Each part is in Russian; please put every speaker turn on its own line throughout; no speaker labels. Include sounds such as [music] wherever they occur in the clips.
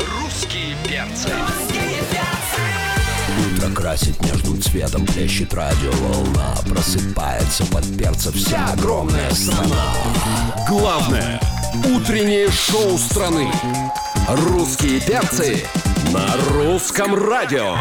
Русские перцы.
Утро красит между цветом Плещет радиоволна Просыпается под перца Вся огромная страна
Главное утреннее шоу страны.
Русские перцы
На русском радио.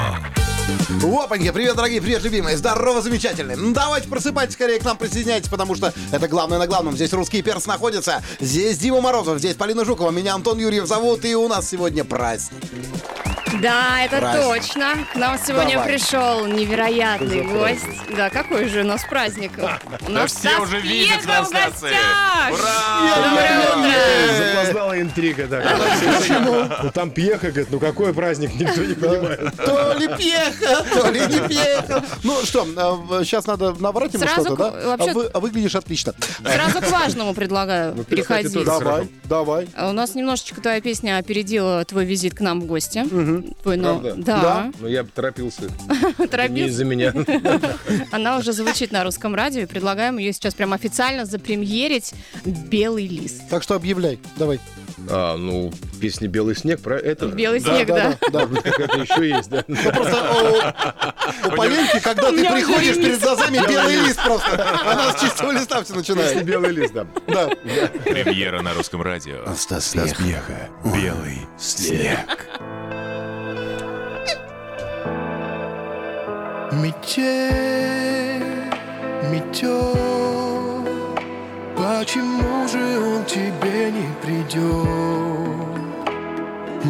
Опаньки, привет, дорогие, привет, любимые, здорово, замечательные. Ну, давайте просыпайтесь скорее к нам, присоединяйтесь, потому что это главное на главном. Здесь русский перс находится, здесь Дима Морозов, здесь Полина Жукова, меня Антон Юрьев зовут, и у нас сегодня праздник.
Да, это
Праздник.
точно. К нам сегодня
Давай.
пришел невероятный гость. Да, какой же у нас праздник? У нас
все
Стас
уже
Пьеха
видят нас,
в
Стасы.
гостях. Доброе утро.
Запоздала интрига такая. Ну, Там пьеха, говорит, ну какой праздник, никто не понимает.
То ли пьеха, то ли не пьеха. Ну что, сейчас надо наоборот ему
Сразу
что-то,
к-
да? А
вообще-
вы- А выглядишь отлично.
Сразу к важному предлагаю
ты, кстати,
переходить.
тоже.
Давай, давай.
А У нас немножечко твоя песня опередила твой визит к нам в гости. Твой, но-
Правда?
Да,
Ну я бы торопился.
[laughs]
Не
Торопился.
из-за меня.
Она уже звучит на русском радио, и предлагаем ее сейчас прям официально запремьерить «Белый лист».
Так что объявляй, давай.
А, ну, песня «Белый снег», про это...
«Белый снег», да.
да.
Может быть, какая-то еще есть, да?
Ну, Просто у- у Поленки, когда ты
меня уже
приходишь
лист.
перед глазами белый лист просто. Она с чистого листа все
Песня
начинает.
«Белый лист», да.
Да.
Премьера на русском радио. Белый снег.
Метель, метет, почему же он тебе не придет?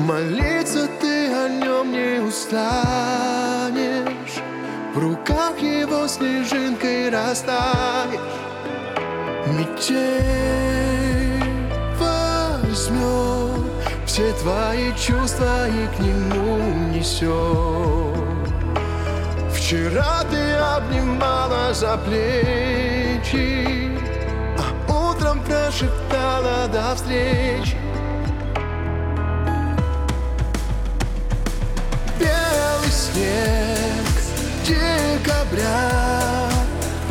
Молиться ты о нем не устанешь, в руках его снежинкой растаешь. Метель возьмет все твои чувства и к нему несет. Вчера ты обнимала за плечи, а утром прошептала до встречи. Белый снег декабря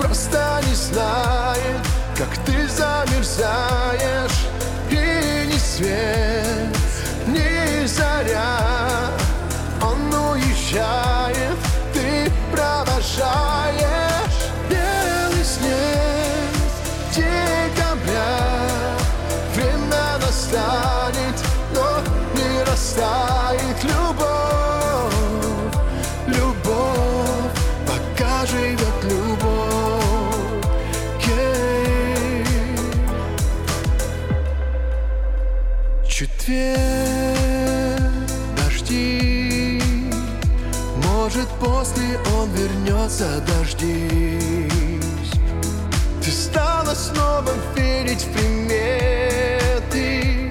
просто не знает, как ты замерзаешь, и ни свет, ни заря. Он уезжает, ты провожаешь белый снег декабря. Время настанет, но не растает любовь, любовь, пока живет любовь. Ей. Четверг, дожди Может после он вернется, дождись Ты стала снова верить в приметы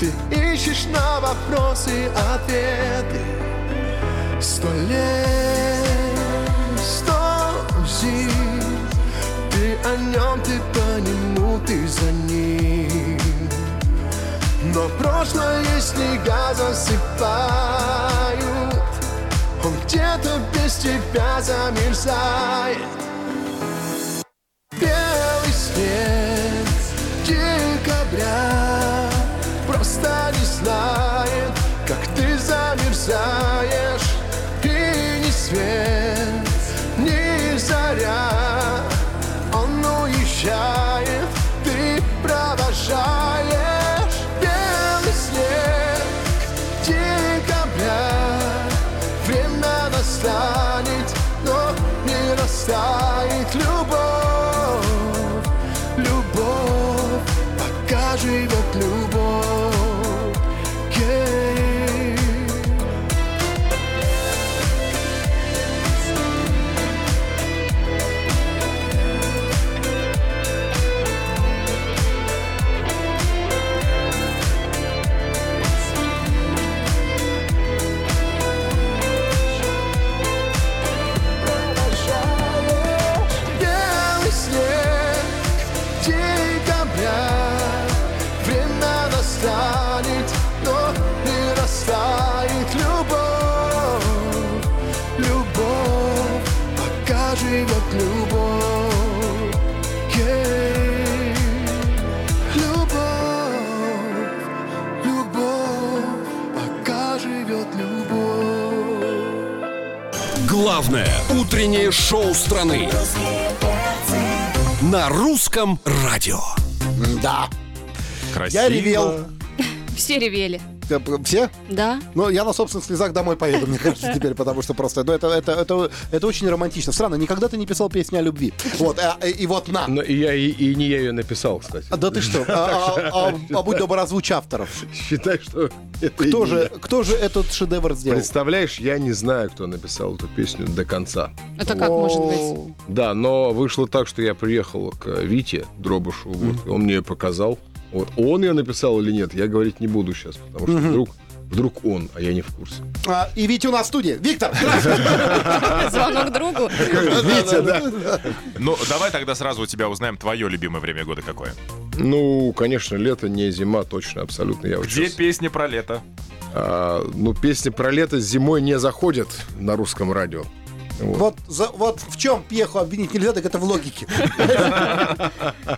Ты ищешь на вопросы ответы Сто лет, сто зим Ты о нем, ты по нему, ты за ним но прошлое снега засыпают Он где-то без тебя замерзает Белый снег декабря Просто не знает, как ты замерзаешь И ни свет, ни заря Он уезжает, ты провожаешь Белый снег декабря Время настанет, но не растает любовь, любовь, пока живет любовь. Ей.
Главное утреннее шоу страны на русском радио.
Да.
Красиво.
Я ревел.
Все ревели.
Э, п- Все?
Да.
Ну, я на собственных слезах домой поеду, мне кажется, теперь, потому что просто, ну, это, это, это, это очень романтично. Странно, никогда ты не писал песни о любви. Вот, э, э, и вот на.
Но и я и, и не я ее написал, кстати.
А Да ты что? А, а, а, а будь добр, озвучь авторов.
Считай, что это
Кто
и
же, кто же этот шедевр сделал?
Представляешь, я не знаю, кто написал эту песню до конца.
Это как может быть?
Да, но вышло так, что я приехал к Вите Дробышу, вот, и он мне ее показал. Вот, он ее написал или нет, я говорить не буду сейчас, потому что вдруг, вдруг он, а я не в курсе.
А, и Витя у нас в студии. Виктор, здравствуй.
[laughs]
Звонок другу.
Витя, да?
Ну, давай тогда сразу у тебя узнаем твое любимое время года какое.
Ну, конечно, лето, не зима, точно, абсолютно. Я вот
Где
щас-
песни про лето?
А, ну, песни про лето зимой не заходят на русском радио.
Вот, за- вот в чем пьеху обвинить нельзя, так это в
[laughs]
логике.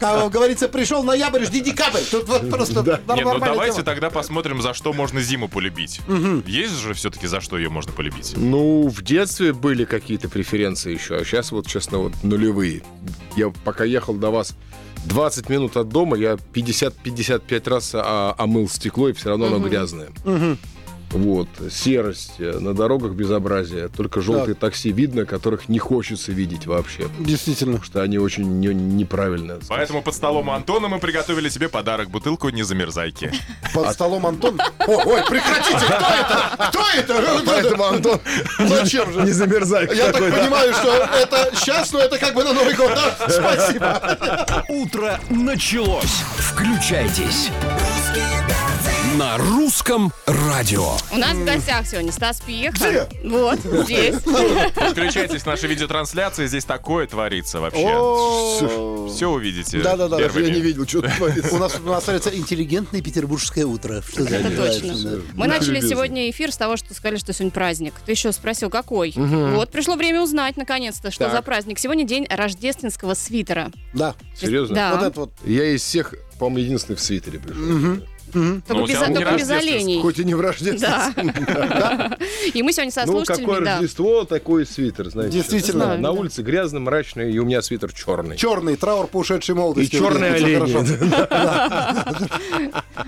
Как говорится, пришел ноябрь, жди декабрь. Тут вот просто
Не, ну
нормальная
давайте
тема.
тогда посмотрим, за что можно зиму полюбить. Есть же все-таки за что ее можно полюбить.
Ну, в детстве были какие-то преференции еще, а сейчас вот, честно, вот нулевые. Я пока ехал до вас 20 минут от дома, я 50-55 раз а, омыл стекло, и все равно оно грязное. Вот, серость, э, на дорогах безобразие, только желтые такси видно, которых не хочется видеть вообще, потому
Действительно.
что они очень не- неправильно.
Поэтому под столом у Антона мы приготовили тебе подарок бутылку незамерзайки.
А
Под столом Антон. О, ой, прекратите, кто это? Кто это?
[laughs] Поэтому, Антон,
Зачем же?
не замерзай.
Я так понимаю, что это сейчас, но это как бы на Новый год. да? Спасибо.
Утро началось. Включайтесь на русском радио.
У нас в гостях сегодня Стас Пьеха. Вот, здесь.
Подключайтесь к нашей видеотрансляции, здесь такое творится вообще. Все увидите.
Да-да-да, даже
первыми.
Я не видел, что тут
У
творится.
нас у нас остается интеллигентное петербургское утро. Что за
Это
дела?
точно. Мы
Да.
начали
Любезно.
сегодня эфир с того, что сказали, что сегодня праздник. Ты еще спросил, какой. Вот, пришло время узнать, наконец-то, что за праздник. Сегодня день рождественского свитера.
Да,
Серьезно?
Да.
вот это вот.
Я из всех, по-моему, единственный в свитере пришел.
Только,
Ну, у
без,
тебя не
только без
рождественский,
оленей.
Хоть и не в рождественском.
Да. И мы сегодня со
Ну,
слушателями,
какое
да.
Рождество, такой свитер, знаете.
Действительно.
Да,
Знаю,
На
да.
улице грязно, мрачно, и у меня свитер черный.
Черный траур по ушедшей
И
молодости.
черные
Всё хорошо.
[laughs] олени.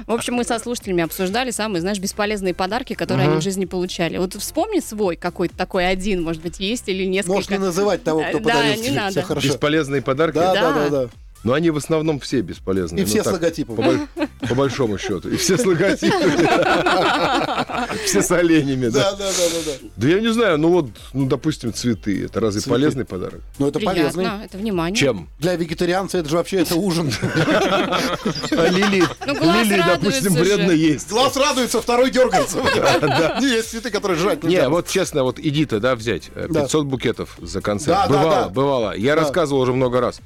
В общем, мы со слушателями обсуждали самые, знаешь, бесполезные подарки, которые они в жизни получали. Вот вспомни свой какой-то такой один, может быть, есть или несколько.
Можешь не называть того, кто
Да,
подарил
не
тебе.
надо.
Всё хорошо.
Бесполезные подарки.
Да,
Да.
да, да, да.
Но они в основном все
И
бесполезные. Ну,
все с
так,
логотипом.
По, боль- по большому счету. И все с логотипами.
[laughs]
Все с оленями, да.
Да, да, да, да, да.
Да я не знаю, ну вот, ну, допустим, цветы. Это разве полезный подарок?
Ну это полезно.
Приятно, это внимание.
Чем?
Для вегетарианца это же вообще это
[laughs]
ужин.
А лили,
Ну, глаз
лили, допустим,
радуется же.
вредно есть.
Глаз радуется, второй
[laughs]
дергается. [laughs] Есть цветы, которые жрать
Не,
нельзя.
вот честно, вот иди-то, да, взять э,
Да.
500 букетов за концерт.
Да, да,
бывало,
да.
бывало. Я рассказывал уже много раз.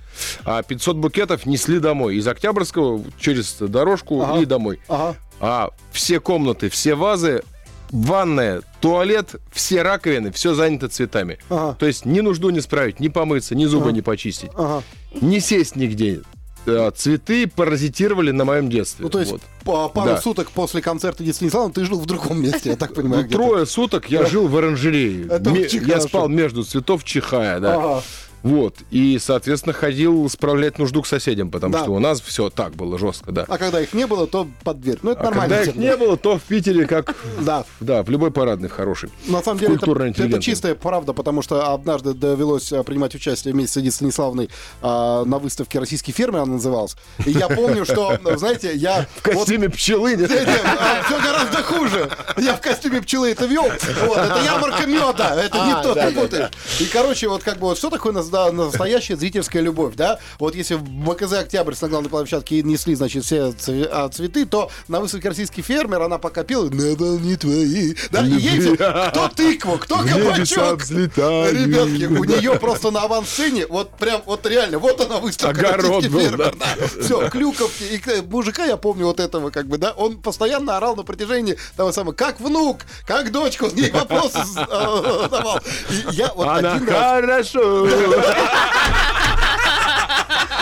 А 500 букетов несли домой из Октябрьского через дорожку и домой.
Ага.
А все комнаты, все вазы, ванная, туалет, все раковины, все занято цветами.
Ага.
То есть ни нужду не справить, ни помыться, ни зубы не почистить,
Ага. А.
ни сесть нигде. Э, Цветы паразитировали на моем детстве.
Ну, то есть,
Вот.
по- пару
Да.
суток после концерта Дениса Станиславовна ты жил в другом месте, я так понимаю.
Ну,
где-то.
трое суток я жил в оранжерее.
Это
Ме-
очень
Я
хорошо.
спал между цветов, чихая, да.
Ага.
Вот. И, соответственно, ходил справлять нужду к соседям, потому
Да.
что у нас все так было жестко, да.
А когда их не было, то под дверь. Ну, это
А
нормально.
когда их не было, то в Питере как...
Да.
Да, в любой парадной хороший.
На самом деле, это,
Культурно-интеллигентно.
это чистая правда, потому что однажды довелось э, принимать участие вместе с Эдитой Станиславной а, на выставке «Российский фермер» она называлась. И я помню, что, ну, знаете, я...
[laughs] В костюме пчелы нет?
все а, гораздо хуже. Я в костюме пчелы это вел. Вот, это ярмарка меда. Это
А,
не то ты путаешь. И, короче, вот как бы вот что такое нас- да, настоящая зрительская любовь, да? Вот если в МКЗ «Октябрь» на главной площадке несли, значит, все цве- а, цветы, то на выставке «Российский фермер» она пока пела «На волне твои». Да, и ей всё, кто тыква, кто
В небе сам
кабачок.
взлетаю.
Ребятки, у нее просто на авансцене, вот прям, вот реально, вот она выставка
Огород
«Российский
был,
фермер».
да.
Все, Клюков и к- мужика, я помню вот этого, как бы, да, он постоянно орал на протяжении того самого, как внук, как дочка, он ей вопросы с- э, задавал. И я вот
Она
один раз...
хорошо.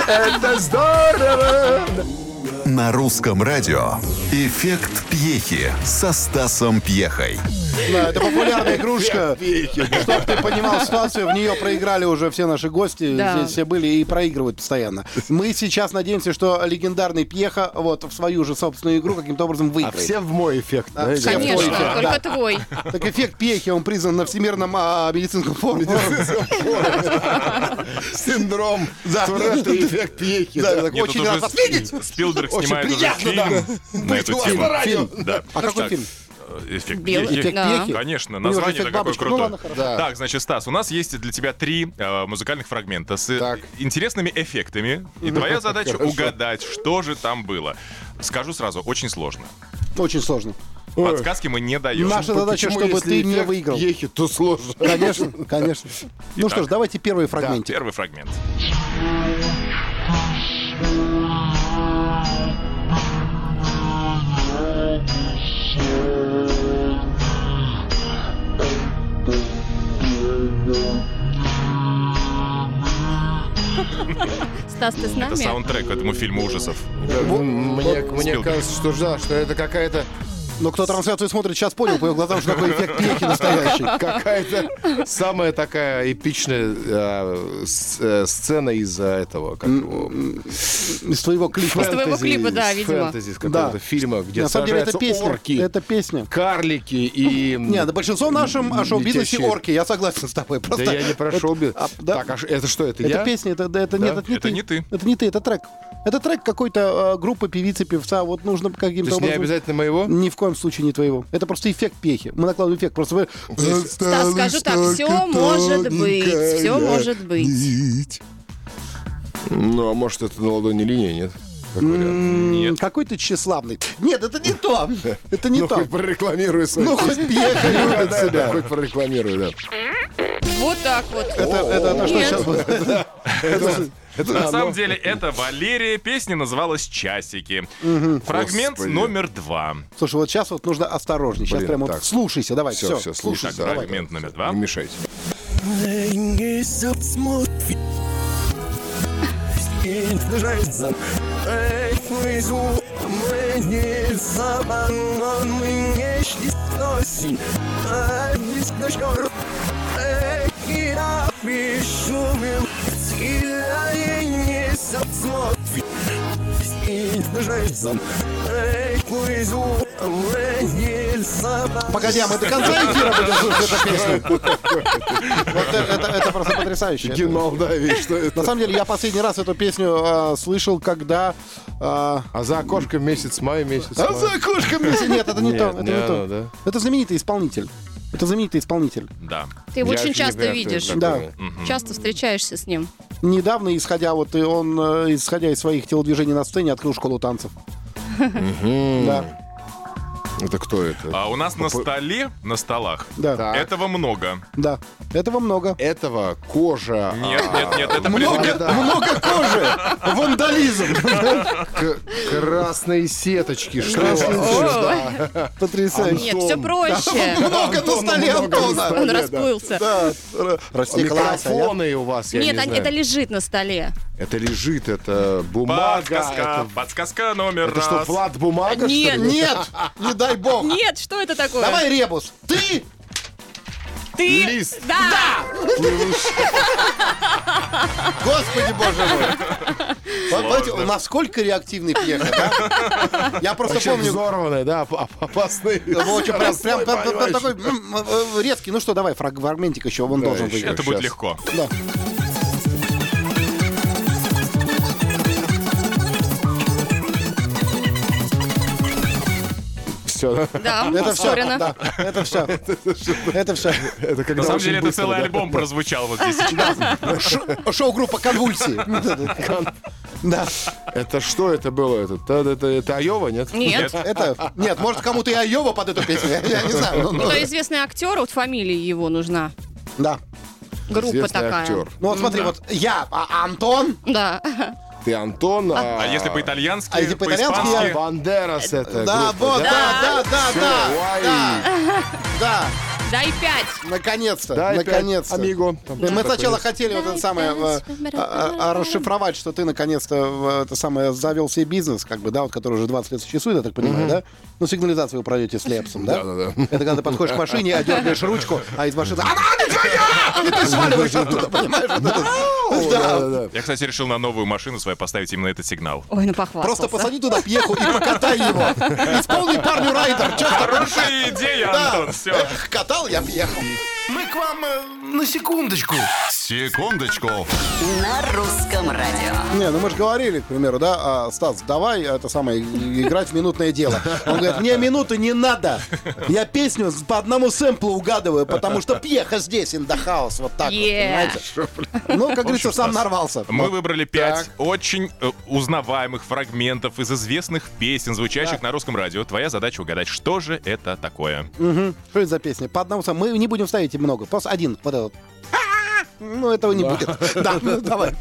Это здорово.
На русском радио
Эффект Пьехи со Стасом Пьехой.
Да, это
[laughs]
популярная игрушка. Чтоб ты понимал ситуацию, в нее проиграли уже все наши гости.
Да.
Здесь все были и проигрывают постоянно. Мы сейчас надеемся, что легендарный Пьеха вот в свою же собственную игру каким-то
А
образом выиграет. А,
всем в мой эффект. да, играет?
Конечно,
Да.
только твой.
Так эффект Пьехи, он признан на всемирном а, медицинском форуме.
[laughs] Синдром.
Да.
Туретта и эффект пьехи.
Да,
да.
так
Нет,
Очень
тут
рад
уже
вас
Спи-
видеть.
Спилберг
Очень
снимает уже
приятно,
фильм на
у
эту
вас
тему.
на радио.
Фильм, Да. э,
А какой фильм?
Эффект
Белый.
Пьехи.
Эффект Да. Пьехи?
Конечно,
У него же
название
эффект
такое
бабочка. Ну
крутое.
ладно, хорошо.
Да.
Так, значит, Стас, у нас есть для тебя три э, музыкальных фрагмента с э,
Так.
интересными эффектами. И твоя задача угадать, что же там было. Скажу сразу, очень сложно.
Очень сложно.
Подсказки мы не даем.
Наша задача,
Почему,
чтобы
если
ты не
эффект
выиграл.
Пьехи, то сложно.
Конечно, конечно. Ну
Итак.
что ж, давайте первый фрагментик.
Первый фрагмент.
Стас, ты с
Это
нами?
саундтрек к этому фильму ужасов.
М, Мне, мне
Спилберг.
кажется, что да, что это какая-то
Но кто трансляцию смотрит, сейчас понял по его глазам, что такой эффект Пьехи настоящий.
какая-то самая такая эпичная э, с- э, сцена из этого как его,
ну, Из твоего клипа.
Из твоего
фэнтези,
клипа, да,
из
видимо.
фэнтези, из какого-то
Да.
фильма, где
На самом деле это
сражаются
песня.
орки,
Это песня.
карлики и... м,
[laughs] Не, да большинство в нашем о шоу-бизнесе
летящие-
орки. Я согласен с тобой.
Да
Просто
я не прошел би-
а, да.
Так, а ш- это что, это,
это
я?
песня, это, да, это, не-
Да?
это не
Это
ты.
не ты.
Это не ты, это трек. Это трек какой-то э, группы, певицы, певца. Вот нужно
То
каким-то
есть не
образом...
обязательно моего?
Ни в коем случае не твоего. Это просто эффект пехи. Мы накладываем эффект. Просто вы... э,
Стас, скажу так, все может быть, все может быть.
Ну, а может, это на ладони линии, нет? Как вариант.
«М, Какой ты тщеславный. Нет, это не то.
[laughs]
Это не
Ну,
то.
хоть прорекламирую свой
Ну, хоть пьеха любит
Да, да,
себя.
хоть прорекламирую, да.
Вот так вот.
Это, это, это что
Нет.
сейчас было?
На
ну.
самом деле, это Валерия. Песня называлась «Часики». Фрагмент
Господи.
номер два.
Слушай, вот сейчас вот нужно осторожней. Сейчас
Блин,
прямо
так.
вот слушайся, давай.
Все,
Все,
все, слушай.
Так,
да.
фрагмент номер два.
Не мешайте.
Погоди, а мы до конца эфира будем слушать эту песню. Вот э, это- это- это просто потрясающе.
Гимн Молдавии, что
На
это?
самом деле, я последний раз эту песню а, слышал, когда... а,
А за окошком месяц май, месяц
А
май.
за окошком если- Нет, это не
Нет,
то. Это
не
не
оно, да?
то. Это знаменитый исполнитель. Это знаменитый исполнитель.
Да.
Ты его
Я вообще
очень
не
часто
понимаю, кто это
видишь.
такой.
Да.
Часто встречаешься с ним.
Недавно, исходя вот и он, э, исходя из своих телодвижений на сцене, открыл школу танцев. Да,
Это кто это?
А у нас на столе, на столах,
да,
Так.
этого много.
да. Этого много.
Этого кожа, а,
Нет, нет, нет, это предмет. [laughs]
Много кожи! Вандализм!
к- красные сеточки, что
О,
Потрясающе.
Нет, все проще.
Много на столе Антона!
Он расплылся.
Да, р- растеклась, а я-
Микрофоны у вас, я
Нет,
не
они-
знаю.
это лежит на столе.
Это лежит, это бумага.
Подсказка, подсказка номер
Это что,
раз.
Влад бумага?
Нет,
Нет, не дай бог.
нет, что это такое?
Давай ребус. Ты
Ты...
лист.
Да!
Господи, боже мой! Вот, понимаете, насколько реактивный пьеха, да? Я просто
Вообще
помню...
взорванная, да, оп- оп- опасный.
его очень прям, прям- прям- прям такой м, э, резкий. Ну что, давай, фраг- фрагментик еще, он должен
еще.
выиграть.
Это будет легко.
Все,
Да,
Это все,
повторено.
да, это все. Это все.
это когда
На самом
очень
деле, это
быстро,
целый
да.
альбом прозвучал вот здесь.
Шоу-группа «Конвульсии». Да,
Это что это было? Это, это, это, это Айова, нет?
Нет.
это... Нет, может, кому-то и Айова под эту песню, я- я не знаю. ну, ну,
Это известный актер, вот фамилия его нужна.
Да.
Группа
Известный
такая.
актер.
Ну вот смотри, вот я, а Антон,
Да.
Ты Антон, а,
А если
А
по-итальянски,
если по-итальянски, я-
по-испански?
Бандерас это
Да,
группа,
вот, да, да, да, да,
Ой,
да,
Дай пять.
Наконец-то,
Да, опять
наконец-то.
Амиго. Там
Ну, Мы
что-то
сначала
такое.
хотели вот это самое э, а- а- а расшифровать, что ты наконец-то э, это самое завел себе бизнес, как бы, да, вот который уже 20 лет существует, я так понимаю, да? Ну, сигнализацию вы пройдете с Лепсом, да? Это когда ты подходишь к [laughs] машине, а дергаешь ручку, а из машины «Она не твоя!» И ты сваливаешь оттуда, понимаешь? вот это. Да.
Я, кстати, решил на новую машину свою поставить именно этот сигнал.
Ой, ну похвастался.
Просто посади туда пьеху и покатай его. Исполни парню райдер. чё с тобой?
Хорошая идея,
Да.
Антон, все.
Эх, Катал я пьеху.
Мы к вам э, на секундочку.
Секундочку.
На русском радио.
Не, ну мы же говорили, к примеру, да, а, Стас, давай это самое, и- играть в минутное дело. Он говорит, мне минуты не надо. Я песню с- по одному сэмплу угадываю, потому что пьеха здесь, in the house, вот так
Yeah.
вот, понимаете? Ну, как говорится, сам нарвался.
Мы выбрали пять очень э, узнаваемых фрагментов из известных песен, звучащих на русском радио. Твоя задача угадать, что же это такое.
Что это за песня? По одному сэмплу. Мы не будем ставить много, просто один, вот этот. Ну, этого не будет. Да, ну, давай.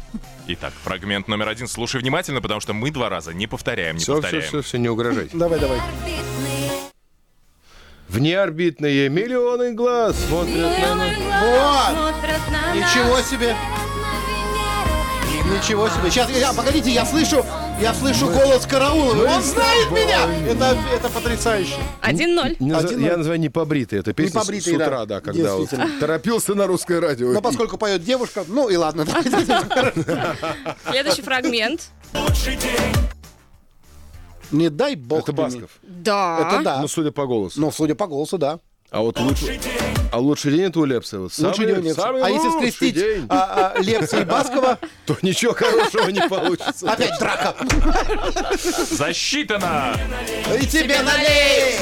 Итак, фрагмент номер один. Слушай внимательно, потому что мы два раза не повторяем, не
Все, все,
повторяем.
все, все, не угрожайте.
Давай, давай.
Внеорбитные миллионы глаз смотрят на нас.
Вот! Ничего себе! Ничего себе. Сейчас, я, погодите, я слышу, я слышу
Ну,
голос Караулова. Он знает меня! Это, это потрясающе.
Один ноль.
Не за-
Один-
я называю непобритые. Это песня с-
Непобритые,
с
да.
утра, да, когда вот
Действительно.
торопился на русское радио.
Но поскольку поет девушка, ну и ладно. [laughs]
Следующий фрагмент.
Не дай бог.
Это
ты
Басков.
Да.
мне. Это да.
Ну, судя по голосу.
Ну, судя по голосу, да.
А вот лучше... А лучший день это у Лепсова. Самый,
Лучше день Лепса.
самый
А если
лучший
скрестить
день,
а, а, Лепса и Баскова,
то ничего хорошего не получится.
опять драка.
Засчитано!
И тебе налей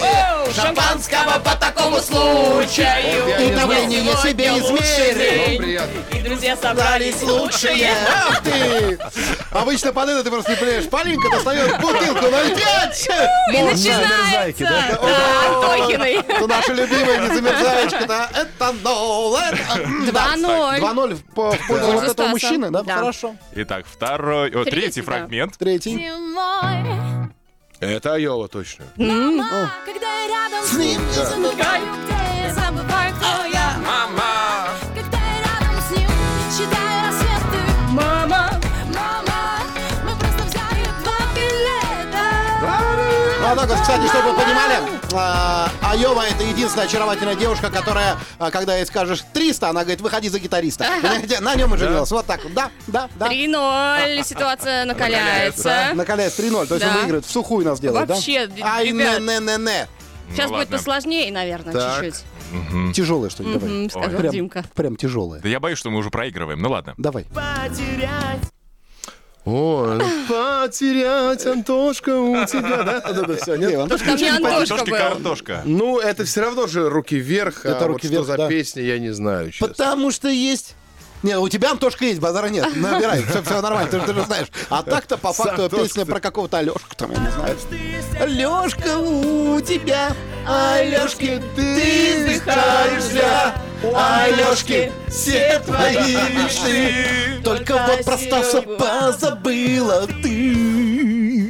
шампанского по такому случаю. И давление себе измерим.
Друзья,
Дались лучшие. Ах ты! Обычно под это ты просто не понимаешь. Полинка достает бутылку 0,5.
И начинается! Да, Антохиной.
Это Ну, наша любимая незамерзаечка, да? Этанол, это...
Два ноль.
2-0 в по- в пользу вот этого
Стаса.
мужчины, да?
Да.
Хорошо.
Итак, второй, о,
Третий,
третий,
да.
фрагмент.
Третий.
Это Айова точно.
Когда я рядом с ним, я забываю, где я забываю,
А,
кто я. Мама. Когда я рядом с ним, считаю рассветы.
а.
Мама. Мама. Мы просто взяли два билета.
А так вот, кстати, чтобы вы понимали, а, Айова это единственная очаровательная девушка, которая, а, когда ей скажешь 300, она говорит, выходи за гитариста. Понимаете, На нем и женилась. Вот так вот. Да, да, да.
Три ноль. [laughs] Ситуация накаляется.
Накаляется 3-0, то есть
Да.
он выиграет. В сухую нас делает, да?
Вообще,
Ай, ну,
ребят.
не-не-не-не.
Сейчас
Ну,
будет
ладно.
посложнее, наверное, чуть-чуть.
Тяжелое что-нибудь, давай.
М, Сказал
Прям-
Димка.
Прям тяжелое.
Да я боюсь, что мы уже проигрываем. Ну ладно.
Давай.
О, А потерять Антошка у тебя, да? Да, да, все, нет?
Там не Антошка
Картошки,
был.
картошка.
Ну, это все равно же руки вверх.
Это
а
«Руки
вот
вверх»,
что за
да.
песня, я не знаю сейчас.
Потому что есть... Не, у тебя Антошка есть, базара
[laughs]
нет. Набирай, все, нормально, ты, же- ты же знаешь. А
Э,
так-то по факту
Антошкой.
песня про какого-то Алешку там, я не знаю. Алешка у тебя, Алешки ты вздыхаешься, Алешки все твои мечты. Только вот про Стаса позабыла ты.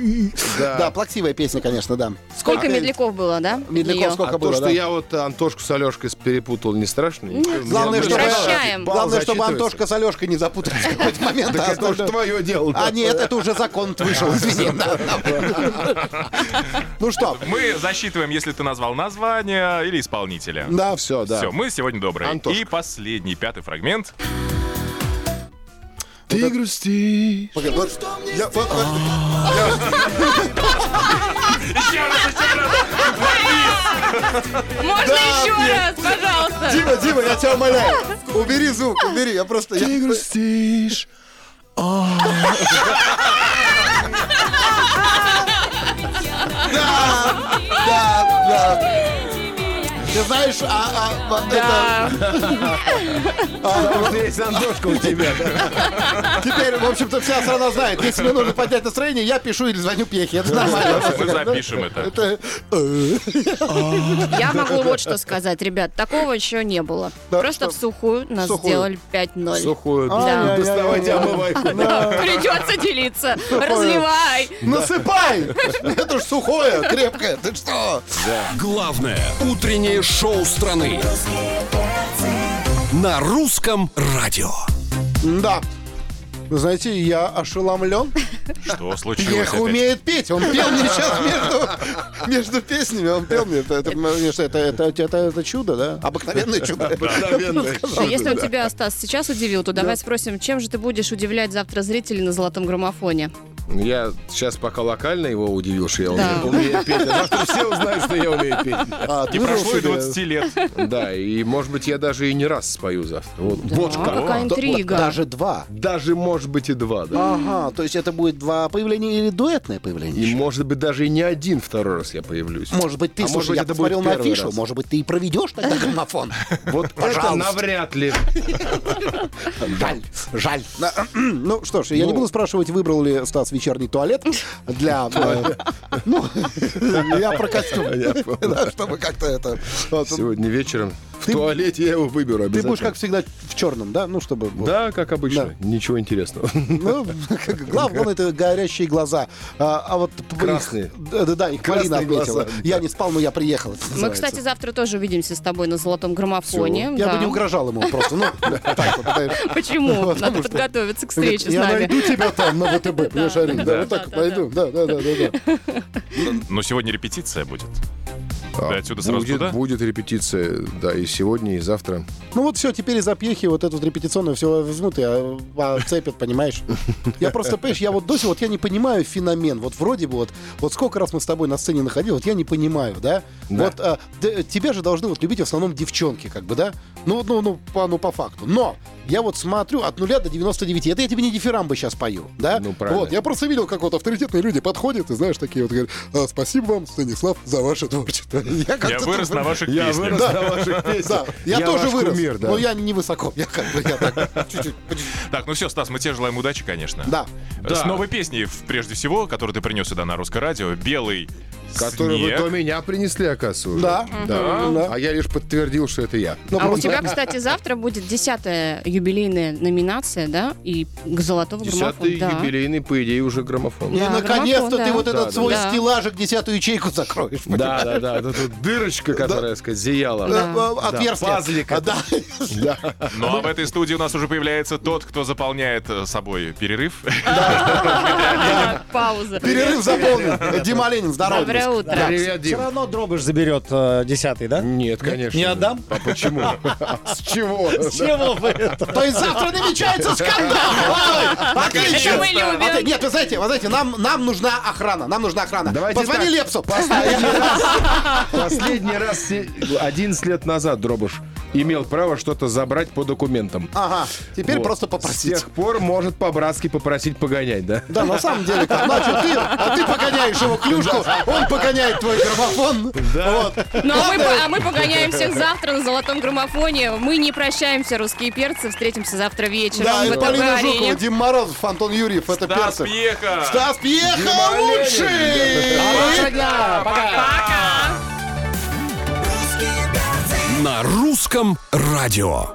Да. плаксивая песня, конечно, да.
Сколько
Опять-
медляков было, да?
Медляков
Её.
сколько
А
было,
то, что
да?
я вот Антошку с Алешкой перепутал, не страшно? Ничего,
Главное,
мне-
чтобы,
Прощаем.
главное, чтобы
Зачитывается.
Антошка с Алешкой не запутались в какой-то момент. а
Так это уже
остальное-
твое дело.
А нет, это уже закон вышел, извини. да, да. Ну что,
Мы засчитываем, если ты назвал название или исполнителя.
Да, все, да.
Все, мы сегодня добрые.
Антошка.
И последний, пятый фрагмент.
Ты грусти.
погоди, вот я- вот- вот-
Можно еще раз,
[laughs]
пожалуйста?
Дима, Дима, я тебя умоляю, убери звук, убери, я просто... я-
Ты грустишь. А.
Да, да. Ты знаешь, а, а, а,
Потому что есть А, Антошка у тебя.
это- теперь, в общем-то, вся страна знает. Если мне нужно поднять настроение, я пишу или звоню пехе. Это нормально.
Мы запишем это.
Это-
Я могу вот что сказать, ребят. Такого еще не было.
Да,
Просто
что?
в сухую нас
сухую.
сделали 5-0.
Сухую.
Да.
[laughs]
Доставайте
[laughs]
омывайку.
Придется делиться. Разливай.
Насыпай! Это ж сухое, крепкое. Ты что?
Главное утреннее шоу страны на русском радио.
Да. Вы знаете, я ошеломлен.
Что случилось
Ех
опять?
умеет петь. Он пел мне сейчас между, между песнями. Он пел мне. Это, это, конечно, это, это, это, это чудо, да? Обыкновенное чудо. Ну,
Слушай, если он тебя, Стас, сейчас удивил, то давай спросим, чем же ты будешь удивлять завтра зрителей на золотом граммофоне?
Я сейчас пока локально его удивил, что я
Да.
уме- умею
[laughs]
петь. А завтра все узнают, что я умею петь.
А,
Не
ты
прошло и
слушай,
20 лет.
Да, и может быть я даже и не раз спою завтра. Вот, вот
А,
как.
какая
да,
интрига.
Даже два.
Даже может быть и два, да.
Ага, то есть это будет два появления или дуэтное появление?
И
еще?
может быть даже и не один второй раз я появлюсь.
Может быть, ты,
А может
слушай,
быть,
я
это будет
посмотрел на
первый
афишу,
раз.
может быть, ты и проведешь тогда граммофон.
Вот
[laughs]
это
Пожалуйста.
навряд ли.
Жаль, жаль. На- [clears throat] Ну что ж, я не буду спрашивать, выбрал ли Стас вечерний туалет
[laughs]
для... э, Ну, [laughs] я про костюм. [laughs] Да, Чтобы как-то это... вот,
Сегодня вечером в
Ты-
туалете я его выберу
Ты
обязательно.
будешь, как всегда, в черном, да? Ну, чтобы... вот,
Да, как обычно. Ничего интересного.
[laughs] Ну, как- главное, главное, это горящие глаза. А, а вот их-
Красные.
Да, да, да, их
Красные
Марина отметила.
глаза,
Я не спал, но я приехал. это
Мы,
называется.
кстати, завтра тоже увидимся с тобой на золотом граммофоне.
Я
Да.
бы не угрожал ему просто. Ну, так вот. это-
[laughs] Почему?
Потому
Надо
что-
подготовиться к
Говорит,
встрече с
Я
нами.
найду тебя там на ВТБ, понимаешь, Арина? Да, вот так вот найду. Да, да, да, да. да.
Но сегодня репетиция будет. Да, отсюда сразу туда?
Будет, будет репетиция, да, и сегодня, и завтра.
Ну вот все, теперь из запьехи вот эту вот репетиционную все возьмут и а, а, цепят, понимаешь? Я просто, понимаешь, я вот до сих вот я не понимаю феномен. Вот вроде бы вот, вот сколько раз мы с тобой на сцене находили, вот я не понимаю, да? Вот а, д- тебя же должны вот любить в основном девчонки, как бы, да? Ну, вот, ну, ну, по, ну, по факту. Но я вот смотрю от нуля до 99. Это я тебе не дифирамбы сейчас пою, да?
Ну, правильно.
Вот, я просто видел, как вот авторитетные люди подходят и, знаешь, такие вот говорят, «А, спасибо вам, Станислав, за ваше творчество. [laughs] как-то
Я
тут
вырос на ваших песнях.
вырос на
[laughs]
ваших
да,
[laughs] песнях.
я, тоже
ваш
вырос,
кумир, да.
но я не высоко. Я как бы я
[laughs]
так чуть-чуть.
Так, ну все, Стас, мы тебе желаем удачи, конечно.
Да.
С новой песней, в- прежде всего, которую ты принес сюда на русское радио, белый
Которую вы
снег.
до меня принесли, оказывается.
Да.
уже. Да.
Да.
А я лишь подтвердил, что это я.
Ну,
А у
просто-
тебя, кстати, завтра будет десятая юбилейная номинация, да? И к золотому
Десятый
граммофону. Да.
юбилейный, по идее, уже граммофон.
И
Да,
наконец-то
граммофон,
ты
да.
вот этот
Да,
свой
да.
стеллажик, десятую ячейку закроешь.
Да, да, да. Это тут дырочка, которая, так сказать, зияла.
Э, э, Отверстие.
Да, пазлик.
А, Да. [laughs]
Ну а в этой студии у нас уже появляется тот, кто заполняет э, собой перерыв.
Да, Пауза.
Перерыв заполнен. Дима Ленин, здорово.
Доброе
Денис.
утро.
Привет,
Все
Дим.
равно дробыш заберет э, десятый, да?
Нет, конечно.
Не отдам?
А почему? С чего?
С чего бы это?
То есть завтра намечается скандал. Ой,
Это
Отлично.
мы
А ты-
любим.
Нет, вы знаете, вы знаете, нам, нам нужна охрана, нам нужна охрана.
Давайте
Позвони
так.
Лепсу.
Последний раз се- 11 лет назад Дробыш имел право что-то забрать по документам.
Ага, А теперь
Вот.
просто
С
попросить.
тех пор может по-братски попросить погонять, да?
Да, на самом деле, как начал ты, а ты погоняешь его клюшку, он погоняет твой граммофон. Вот.
Ну, а мы, по- а мы погоняем всех завтра на золотом граммофоне. Мы не прощаемся, русские перцы. Встретимся завтра вечером
Да,
в
и
ВТБ
Полина
арене.
Жукова, Дим Морозов, Антон Юрьев, это
Стас
перцы.
Пьеха!
Стас Пьеха лучший!
На русском радио.